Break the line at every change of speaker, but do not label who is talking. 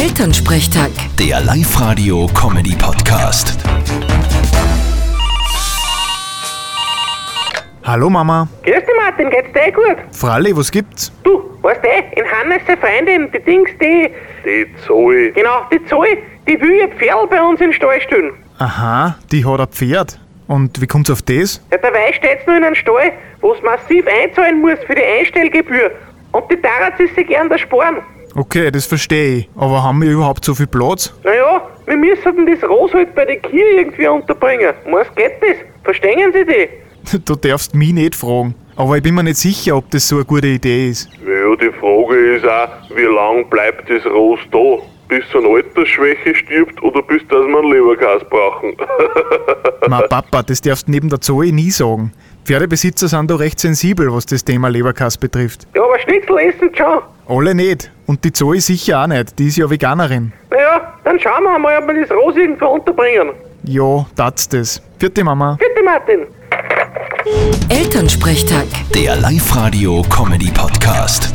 Elternsprechtag.
Der Live-Radio-Comedy-Podcast.
Hallo Mama.
Grüß dich, Martin, geht's dir eh gut?
Fralli, was gibt's?
Du, weißt eh, in Hannes der Freundin, die Dings, die,
Die Zoe.
genau, die Zoe, die will ihr Pferd bei uns in den Stall stellen.
Aha, die hat ein Pferd. Und wie kommt's auf das?
Ja, dabei steht's nur in einem Stall, wo's massiv einzahlen muss für die Einstellgebühr. Und die Taraz ist sich gern der Sporn.
Okay, das verstehe ich. Aber haben wir überhaupt so viel Platz?
Naja, wir müssen denn das Ros halt bei der Kirche irgendwie unterbringen. Was geht das? Verstehen Sie die?
Du darfst mich nicht fragen. Aber ich bin mir nicht sicher, ob das so eine gute Idee ist.
Ja, die Frage ist auch, wie lang bleibt das Ross da? Bis es an Altersschwäche stirbt oder bis dass wir einen Leberkas brauchen?
Ma Papa, das darfst neben der Zoe nie sagen. Pferdebesitzer sind da recht sensibel, was das Thema Leberkass betrifft.
Ja, aber Schnitzel essen schon.
Alle nicht. Und die Zoe sicher auch nicht. Die ist ja Veganerin.
Naja, dann schauen wir mal, ob wir das Ros irgendwo unterbringen.
Ja, tat's das. Vierte Mama.
Bitte, Martin.
Elternsprechtag.
Der Live-Radio-Comedy-Podcast.